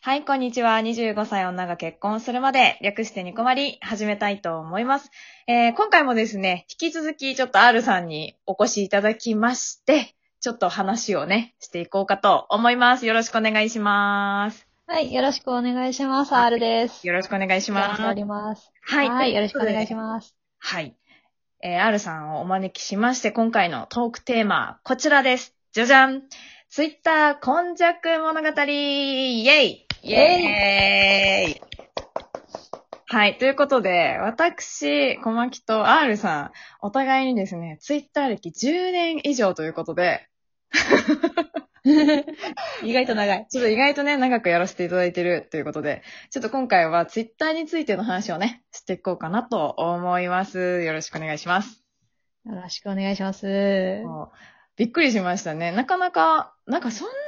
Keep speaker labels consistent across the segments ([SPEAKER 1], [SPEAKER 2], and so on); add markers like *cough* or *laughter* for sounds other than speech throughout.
[SPEAKER 1] はい、こんにちは。25歳女が結婚するまで、略してニコマリ、始めたいと思います。えー今回もですね、引き続きちょっと R さんにお越しいただきまして、ちょっと話をね、していこうかと思います。よろしくお願いします。
[SPEAKER 2] はい、よろしくお願いします。R です。
[SPEAKER 1] よろしくお願いします。
[SPEAKER 2] おります。
[SPEAKER 1] はい
[SPEAKER 2] はい、よろしくお願いし
[SPEAKER 1] す。
[SPEAKER 2] ます。
[SPEAKER 1] はい。えー、R さんをお招きしまして、今回のトークテーマ、こちらです。じゃじゃんツイッター、今弱物語イェイイェイはい。ということで、私、小牧と R さん、お互いにですね、ツイッター歴10年以上ということで、
[SPEAKER 2] 意外と長い。
[SPEAKER 1] ちょっと意外とね、長くやらせていただいてるということで、ちょっと今回はツイッターについての話をね、していこうかなと思います。よろしくお願いします。
[SPEAKER 2] よろしくお願いします。
[SPEAKER 1] そうびっくりしましたね。なかなか、なんかそんなに、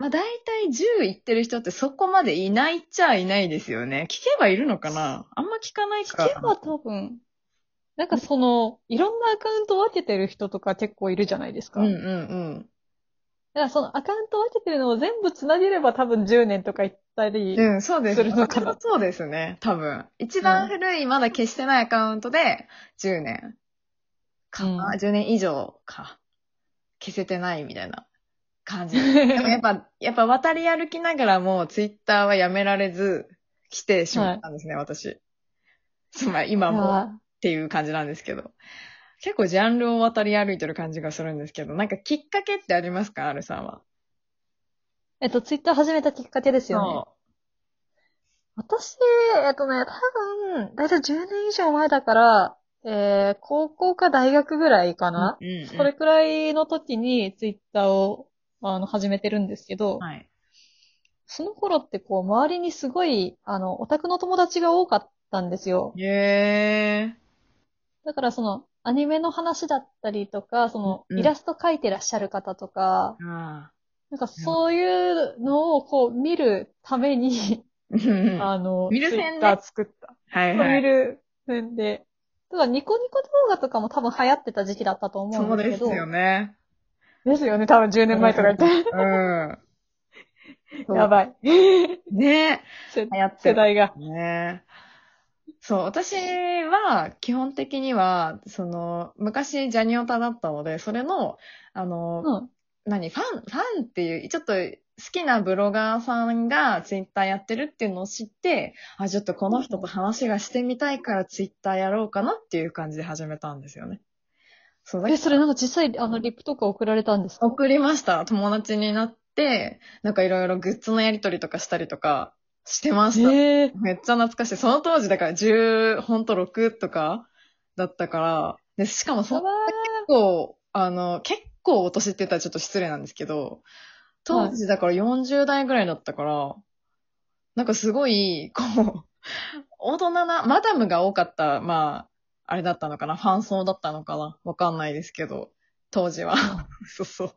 [SPEAKER 1] まあ大体10いってる人ってそこまでいないっちゃいないですよね。聞けばいるのかなあんま聞かないか。
[SPEAKER 2] 聞けば多分、なんかその、いろんなアカウント分けてる人とか結構いるじゃないですか。
[SPEAKER 1] うんう
[SPEAKER 2] だか
[SPEAKER 1] ん
[SPEAKER 2] らそのアカウント分けてるのを全部繋げれば多分10年とか言ったり、 *laughs*
[SPEAKER 1] うん。うん、そうです。
[SPEAKER 2] するのかな
[SPEAKER 1] そうですね、多分。一番古い、まだ消してないアカウントで10年かな、
[SPEAKER 2] うん
[SPEAKER 1] 10年以上か。消せてないみたいな感じ。でもやっぱ、やっぱ渡り歩きながらも、ツイッターはやめられず、来てしまったんですね、私。つまり今もっ
[SPEAKER 2] あ
[SPEAKER 1] ていう感じなんですけど。結構ジャンルを渡り歩いてる感じがするんですけど、なんかきっかけってありますか、アルさんは。
[SPEAKER 2] えっと、ツイッター始めたきっかけですよね。私、えっとね、多分、だいたい10年以上前だから、えー、高校か大学ぐらいかな、
[SPEAKER 1] うんうんうん
[SPEAKER 2] それくらいの時にツイッターを、あの、始めてるんですけど、
[SPEAKER 1] はい。
[SPEAKER 2] その頃ってこう、周りにすごい、あの、オタクの友達が多かったんですよ。
[SPEAKER 1] へ
[SPEAKER 2] だからその、アニメの話だったりとか、その、
[SPEAKER 1] うんうん
[SPEAKER 2] イラスト描いてらっしゃる方とか、
[SPEAKER 1] ー。あ
[SPEAKER 2] なんかそういうのをこう、見るために、
[SPEAKER 1] あ。
[SPEAKER 2] あの、
[SPEAKER 1] 見る
[SPEAKER 2] ツイ
[SPEAKER 1] 線ね
[SPEAKER 2] ッター作った。
[SPEAKER 1] はい
[SPEAKER 2] そう
[SPEAKER 1] は
[SPEAKER 2] 見
[SPEAKER 1] い。
[SPEAKER 2] るんで。ただ、ニコニコ動画とかも多分流行ってた時期だったと思
[SPEAKER 1] そううん
[SPEAKER 2] です
[SPEAKER 1] で
[SPEAKER 2] け
[SPEAKER 1] す
[SPEAKER 2] ど。
[SPEAKER 1] よね。
[SPEAKER 2] ですよね多分10年前とか言っ
[SPEAKER 1] うん。 *laughs*
[SPEAKER 2] て。やばい。
[SPEAKER 1] い。ね
[SPEAKER 2] 世
[SPEAKER 1] 流行って
[SPEAKER 2] 世
[SPEAKER 1] る
[SPEAKER 2] 代が。
[SPEAKER 1] ねそう、私は基本的には、その、昔ジャニオタだったので、それの、あの、
[SPEAKER 2] うん。
[SPEAKER 1] 何、ファン、ファンっていう、ちょっと好きなブロガーさんがツイッターやってるっていうのを知って、あ、ちょっとこの人と話がしてみたいからツイッターやろうかなっていう感じで始めたんですよね。そうだけ
[SPEAKER 2] え、
[SPEAKER 1] ど
[SPEAKER 2] それなんか実際、あの、リップとか送られたんですか
[SPEAKER 1] 送りました。友達になって、なんかいろいろグッズのやり取りとかしたりとかしてました。
[SPEAKER 2] ええ
[SPEAKER 1] めっちゃ懐かしい。その当時だから10、ほんと6とかだったから、で、しかもそ
[SPEAKER 2] や
[SPEAKER 1] の
[SPEAKER 2] ば
[SPEAKER 1] 結構、あの、結構お年って言ったらちょっと失礼なんですけど、当時だから40代ぐらいだったから、なんかすごい、こう、大人な、マダムが多かった、まあ、あれだったのかな、ファン層だったのかな、わかんないですけど、当時は。 *laughs* そうそう。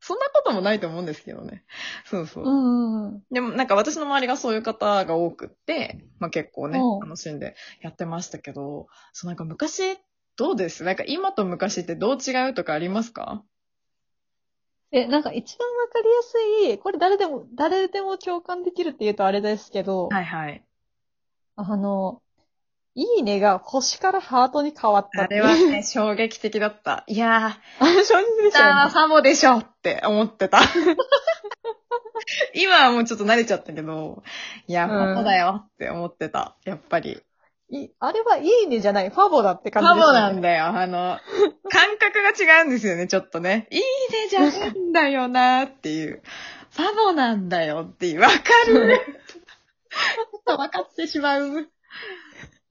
[SPEAKER 1] そんなこともないと思うんですけどね。そうそう。
[SPEAKER 2] ーうんうんうん。
[SPEAKER 1] でもなんか私の周りがそういう方が多くって、まあ結構ね
[SPEAKER 2] うん、
[SPEAKER 1] 楽しんでやってましたけど、そうなんか昔、どうですなんか今と昔ってどう違うとかありますか
[SPEAKER 2] え、なんか一番わかりやすい、これ誰でも、誰でも共感できるって言うとあれですけど、
[SPEAKER 1] いはい。
[SPEAKER 2] あの、いいねが星からハートに変わった
[SPEAKER 1] あ
[SPEAKER 2] って
[SPEAKER 1] れ
[SPEAKER 2] いう。
[SPEAKER 1] はね、衝撃的だった。いや
[SPEAKER 2] あれ正直
[SPEAKER 1] ー、
[SPEAKER 2] *laughs* でし
[SPEAKER 1] 下は
[SPEAKER 2] た
[SPEAKER 1] サモでしょって思ってた。 *laughs* 今はもうちょっと慣れちゃったけど、いや、
[SPEAKER 2] うん
[SPEAKER 1] ファボだよって思ってた。やっぱり。
[SPEAKER 2] いあれはいいねじゃない、ファボだって
[SPEAKER 1] フ
[SPEAKER 2] 感じ
[SPEAKER 1] ァ
[SPEAKER 2] です、
[SPEAKER 1] ボ
[SPEAKER 2] ね。
[SPEAKER 1] なんだよ。あの、感覚が違うんですよね、ちょっとね。いいねじゃないんだよなっていう。ファボなんだよっていう。わかる。ちょっとわかってしまう。フ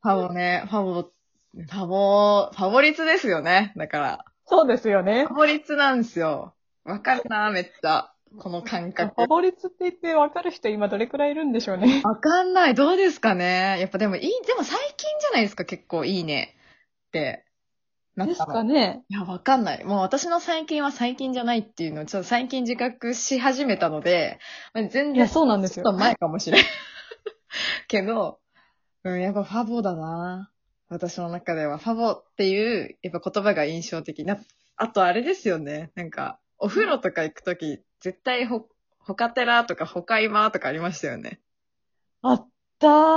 [SPEAKER 1] ァボね、ファボ、ファボ、ファボ率ですよね。だから。
[SPEAKER 2] *laughs* そうですよね
[SPEAKER 1] ファ。ボ率なんですよ。わかるな、めっちゃ。この感
[SPEAKER 2] フ
[SPEAKER 1] 覚。
[SPEAKER 2] ァボリツって言って分かる人今どれくらいいるんでしょうね。
[SPEAKER 1] わかんない。どうですかね。やっぱでもいい、でも最近じゃないですか、結構いいね。って。な
[SPEAKER 2] で
[SPEAKER 1] っ
[SPEAKER 2] す
[SPEAKER 1] たの
[SPEAKER 2] かね。
[SPEAKER 1] いや、わかんない。もう私の最近は最近じゃないっていうのをちょっと最近自覚し始めたので、まあ全
[SPEAKER 2] いや、
[SPEAKER 1] 然
[SPEAKER 2] そうなんです
[SPEAKER 1] ちょっ
[SPEAKER 2] よ。
[SPEAKER 1] と前かもしれん。 *laughs* けど、うん、やっぱファボだな私の中では。ファボっていう、やっぱ言葉が印象的な。あとあれですよね。なんか、お風呂とか行くとき、絶対ほ、ほかてらとか、ほかいまとかありましたよね。
[SPEAKER 2] あったー。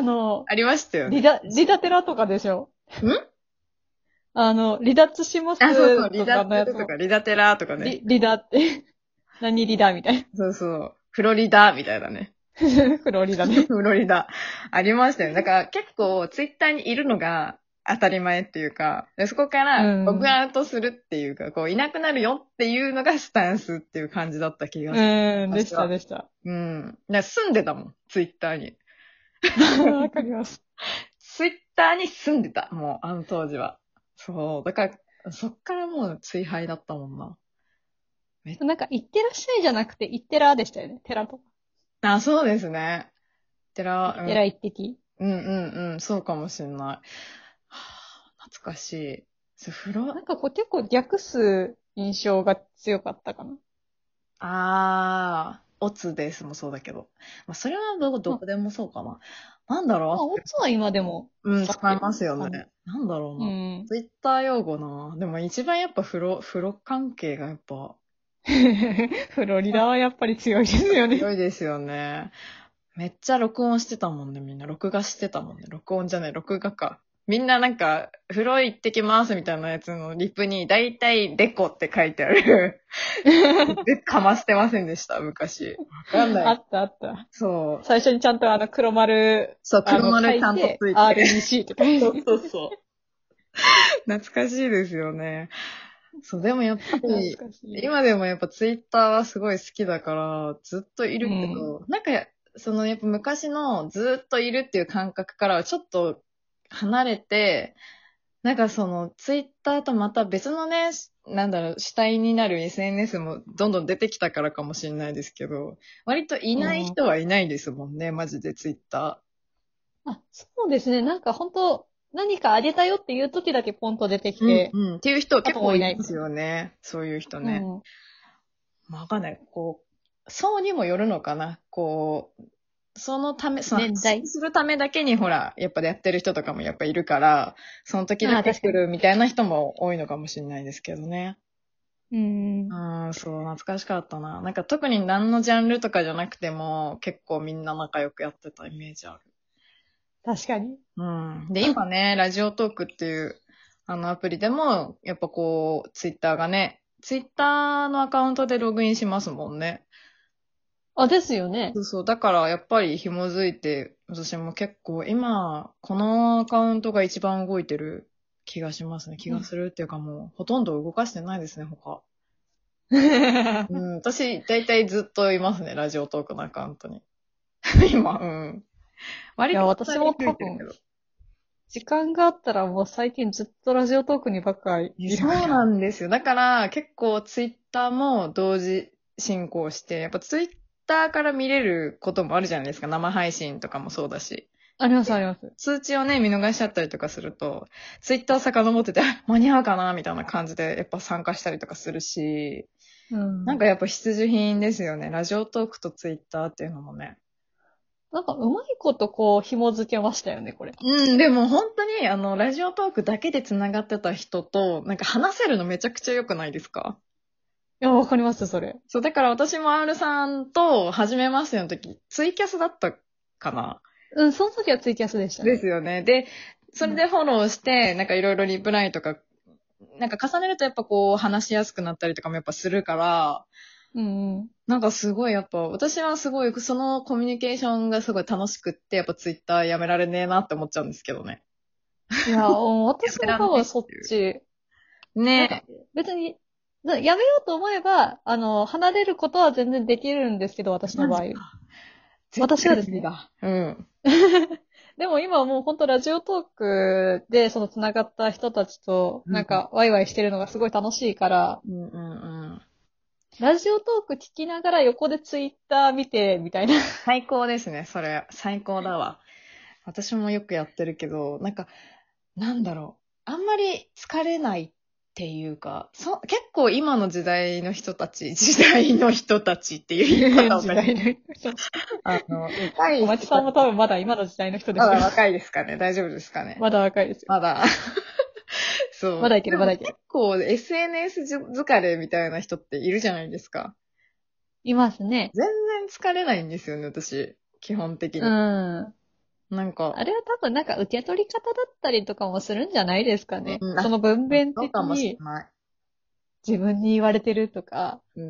[SPEAKER 1] *laughs*
[SPEAKER 2] の、
[SPEAKER 1] ありましたよね。
[SPEAKER 2] リダ、リダテラとかでしょ
[SPEAKER 1] ん
[SPEAKER 2] あの、離脱します
[SPEAKER 1] あ、そうそう、リ
[SPEAKER 2] と
[SPEAKER 1] ダ
[SPEAKER 2] か
[SPEAKER 1] テ
[SPEAKER 2] のや
[SPEAKER 1] ラ
[SPEAKER 2] つも
[SPEAKER 1] とか、リダテラとかね。
[SPEAKER 2] リリダって、 *laughs* 何リダみたい
[SPEAKER 1] そうそう。フロリダみたいなね。
[SPEAKER 2] な。 *laughs*
[SPEAKER 1] *laughs*
[SPEAKER 2] 黒リダね。
[SPEAKER 1] フロリダ。ありましたよね。だから結構ツイッターにいるのが当たり前っていうか、でそこか
[SPEAKER 2] う
[SPEAKER 1] ら
[SPEAKER 2] ん
[SPEAKER 1] ログアウトするっていうか、こういなくなるよっていうのがスタンスっていう感じだった気
[SPEAKER 2] う
[SPEAKER 1] がする。
[SPEAKER 2] ーん、でしたでした。 *laughs*
[SPEAKER 1] うん。だから住んでたもん、ツイッターに。
[SPEAKER 2] わかります。
[SPEAKER 1] ツイッターに住んでた、もう、あの当時は。そう。だから、そっからもう追廃だったもんな。
[SPEAKER 2] なんか、行ってらっしゃいじゃなくて、行ってらーでしたよね。寺とか。
[SPEAKER 1] あ、そうですね。てら、うん
[SPEAKER 2] 行ってら一滴。
[SPEAKER 1] うんうんうん、そうかもしんない。はあ、懐かしい。そう、風呂
[SPEAKER 2] な、んかこう結構略す印象が強かったかな。
[SPEAKER 1] あー、オツですもそうだけど。まあ、それはど、どこでもそうかな。なんだ
[SPEAKER 2] まあ、
[SPEAKER 1] ろ
[SPEAKER 2] オツは今でも。
[SPEAKER 1] ううん、使いますよね。なんだろう
[SPEAKER 2] う
[SPEAKER 1] な。
[SPEAKER 2] *laughs* ん。
[SPEAKER 1] ツイッター用語な。でも一番やっぱ風呂、風呂関係がやっぱ
[SPEAKER 2] フロリダはやっぱり *laughs* 強いですよね。
[SPEAKER 1] 強いですよね。めっちゃ録音してたもんね、みんな。録画してたもんね。録音じゃない、録画か。みんななんか、風呂行ってきますみたいなやつのリップに、だいたいデコって書いてあ
[SPEAKER 2] *laughs*
[SPEAKER 1] る。で、かましてませんでした、昔。わかん
[SPEAKER 2] あ
[SPEAKER 1] ない。
[SPEAKER 2] ったあった。
[SPEAKER 1] そう。
[SPEAKER 2] 最初にちゃんとあの黒丸、
[SPEAKER 1] そう、
[SPEAKER 2] あ
[SPEAKER 1] 黒
[SPEAKER 2] の
[SPEAKER 1] 丸ちゃんとつい
[SPEAKER 2] 書
[SPEAKER 1] てる。
[SPEAKER 2] RBC って書い
[SPEAKER 1] そ
[SPEAKER 2] て
[SPEAKER 1] うそうそう。 *laughs* 懐かしいですよね。そう、でもやっぱり、
[SPEAKER 2] 懐かしい。
[SPEAKER 1] 今でもやっぱツイッターはすごい好きだから、ずっといるけど、なんか、そのやっぱ昔のずっといるっていう感覚からはちょっと離れて、なんかそのツイッターとまた別のね、しなんだろう、主体になる SNS もどんどん出てきたからかもしれないですけど、割といない人はいないですもんね、マジでツイッタ
[SPEAKER 2] あ、そうですね。なんか本当何かあげたよっていう時だけポンと出てき
[SPEAKER 1] ー。
[SPEAKER 2] て。
[SPEAKER 1] うんうんっていう人結
[SPEAKER 2] あとも
[SPEAKER 1] 構
[SPEAKER 2] う
[SPEAKER 1] い
[SPEAKER 2] いない
[SPEAKER 1] ますよね。そういう人
[SPEAKER 2] う
[SPEAKER 1] ね。
[SPEAKER 2] ん
[SPEAKER 1] まあ、わかんない。こう、層にもよるのかな。こう、そのため、その、
[SPEAKER 2] 年代
[SPEAKER 1] するためだけに、ほら、やっぱやってる人とかもやっぱいるから、その時だけ
[SPEAKER 2] あー確か
[SPEAKER 1] 来
[SPEAKER 2] に
[SPEAKER 1] るみたいな人も多いのかもしれないですけどね。
[SPEAKER 2] うん。
[SPEAKER 1] うん、そう、懐かしかったな。なんか特に何のジャンルとかじゃなくても、結構みんな仲良くやってたイメージある。
[SPEAKER 2] 確かに。
[SPEAKER 1] うん。で、今ね、ラジオトークっていう、あの、アプリでも、やっぱこう、ツイッターがね、ツイッターのアカウントでログインしますもんね。
[SPEAKER 2] あ、ですよね
[SPEAKER 1] そ。うそう。だから、やっぱり紐づいて、私も結構、今、このアカウントが一番動いてる気がしますね。気がするっていうか、もう、ほとんど動かしてないですね、他。うん、私、だいたいずっといますね、ラジオトークのアカウントに。 *laughs* 今、うん。割
[SPEAKER 2] いや私も多分
[SPEAKER 1] 動いてるけど
[SPEAKER 2] 時間があったらもう最近ずっとラジオトークにばっかりいる。
[SPEAKER 1] そうなんですよ。だから、結構、ツイッターも同時進行して、やっぱツイッターから見れることもあるじゃないですか。生配信とかもそうだし。
[SPEAKER 2] ありますあります。
[SPEAKER 1] 通知をね、見逃しちゃったりとかすると、ツイッター遡ってて、あ間に合うかなみたいな感じで、やっぱ参加したりとかするし、
[SPEAKER 2] うん。
[SPEAKER 1] なんかやっぱ必需品ですよね。ラジオトークとツイッターっていうのもね。
[SPEAKER 2] なんかうまいことこう紐づけましたよね、これ。
[SPEAKER 1] うん、でも本当に、あの、ラジオトークだけで繋がってた人と、なんか話せるのめちゃくちゃ良くないですか
[SPEAKER 2] いや、わかります、それ。
[SPEAKER 1] そう、だから私も R さんと、初めましての時、ツイキャスだったかな
[SPEAKER 2] うん、その時はツイキャスでしたね。
[SPEAKER 1] ですよね。で、それでフォローして、なんかいろいろリプライとか、なんか重ねるとやっぱこう話しやすくなったりとかもやっぱするから、
[SPEAKER 2] うんうん。
[SPEAKER 1] なんかすごいやっぱ、私はすごいそのコミュニケーションがすごい楽しくって、やっぱツイッターやめられねえなって思っちゃうんですけどね。
[SPEAKER 2] いや、うん私も多分そっち。なん
[SPEAKER 1] ね
[SPEAKER 2] か別に、なやめようと思えば、あの、離れることは全然できるんですけど、私の場合。
[SPEAKER 1] え。
[SPEAKER 2] 私はです
[SPEAKER 1] 絶対無
[SPEAKER 2] ね
[SPEAKER 1] 理だ。うん。
[SPEAKER 2] でも今はもう本当ラジオトークでその繋がった人たちと、
[SPEAKER 1] うん
[SPEAKER 2] なんかワイワイしてるのがすごい楽しいから、
[SPEAKER 1] うんうんうん。
[SPEAKER 2] ラジオトーク聞きながら横でツイッター見て、みたいな。
[SPEAKER 1] 最高ですね、それ。最高だわ。私もよくやってるけど、なんか、なんだろう。あんまり疲れないっていうか、そ結構今の時代の人たち、時代の人たちっていう言い方を
[SPEAKER 2] 時代の人。
[SPEAKER 1] あの、若い
[SPEAKER 2] 小町さんも多分まだ今の時代の人です
[SPEAKER 1] ま
[SPEAKER 2] よ
[SPEAKER 1] だ。若いですかね大丈夫ですかね
[SPEAKER 2] まだ若いですよ。
[SPEAKER 1] まだ。 *laughs* そう。
[SPEAKER 2] まだいけるまだいける
[SPEAKER 1] でも結構 SNS 疲れみたいな人っているじゃないですか。
[SPEAKER 2] いますね。
[SPEAKER 1] 全然疲れないんですよね、私。基本的に。
[SPEAKER 2] うん。あ
[SPEAKER 1] なんか、
[SPEAKER 2] れは多分なんか受け取り方だったりとかもするんじゃないですかね。
[SPEAKER 1] うん
[SPEAKER 2] その文面
[SPEAKER 1] そう
[SPEAKER 2] 的
[SPEAKER 1] かもしれ
[SPEAKER 2] に
[SPEAKER 1] ない。
[SPEAKER 2] 自分に言われてるとか、
[SPEAKER 1] うんう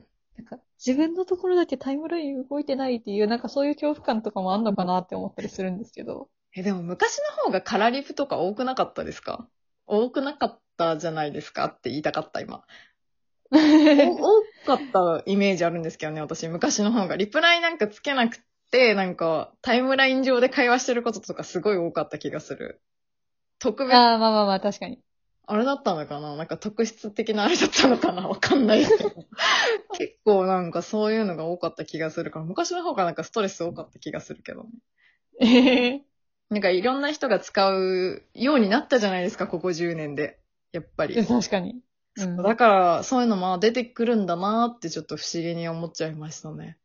[SPEAKER 1] ん。
[SPEAKER 2] なんか自分のところだけタイムライン動いてないっていう、なんかそういう恐怖感とかもあんのかなって思ったりするんですけ *laughs* ど。
[SPEAKER 1] え、でも昔の方がカラリプとか多くなかったですか多くなかったじゃないですかって言いたかった、今。お多かったイメージあるんですけどね、私。昔の方が。リプライなんかつけなくて、なんか、タイムライン上で会話してることとかすごい多かった気がする。特別、
[SPEAKER 2] ああ、まあまあまあ、確かに。 *laughs*
[SPEAKER 1] あれだったのかななんか特質的なあれだったのかなわかんないけど。結構なんかそういうのが多かった気がするから、昔の方がなんかストレス多かった気がするけどね。
[SPEAKER 2] ええ
[SPEAKER 1] なんかいろんな人が使うようになったじゃないですか、ここ10年で。やっぱり。
[SPEAKER 2] 確かに。うん
[SPEAKER 1] だから、そういうのも出てくるんだなーってちょっと不思議に思っちゃいましたね。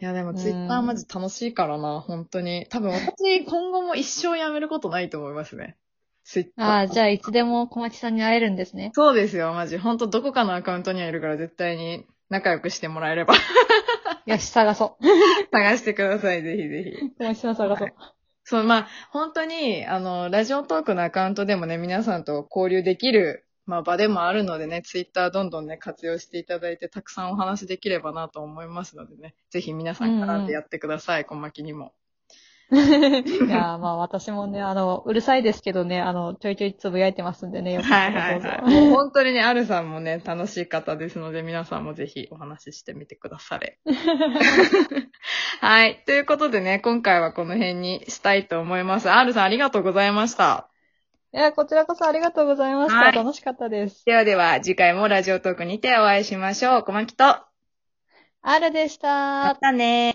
[SPEAKER 1] いや、でも
[SPEAKER 2] うん
[SPEAKER 1] ツイッターマジ楽しいからな、本当に。多分私、今後も一生やめることないと思いますね。ツイッター。
[SPEAKER 2] ああ、じゃあいつでも小町さんに会えるんですね。
[SPEAKER 1] そうですよ、マジ。本当どこかのアカウントにはいるから絶対に仲良くしてもらえれば *laughs*
[SPEAKER 2] よし、探そう。
[SPEAKER 1] 探してください、ぜひぜひ。
[SPEAKER 2] 小町さん探そう。
[SPEAKER 1] そう、まあ、本当に、あの、ラジオトークのアカウントでもね、皆さんと交流できる、まあ、場でもあるのでね、ツイッターどんどんね、活用していただいて、たくさんお話できればなと思いますのでね、ぜひ皆さんからでやってください、小牧にも。
[SPEAKER 2] いやーまあ私もね、あの、うるさいですけどね、あの、ちょいちょいつぶやいてますんでね、よかったらどうぞ。
[SPEAKER 1] もう本当にね、アルさんもね、楽しい方ですので、皆さんもぜひお話ししてみてくだされ。はい。ということでね、今回はこの辺にしたいと思います。アルさんありがとうございました。
[SPEAKER 2] いや、こちらこそありがとうございました。
[SPEAKER 1] はい
[SPEAKER 2] 楽しかったです。
[SPEAKER 1] ではでは、次回もラジオトークにてお会いしましょう。小牧と。
[SPEAKER 2] あるでした
[SPEAKER 1] またね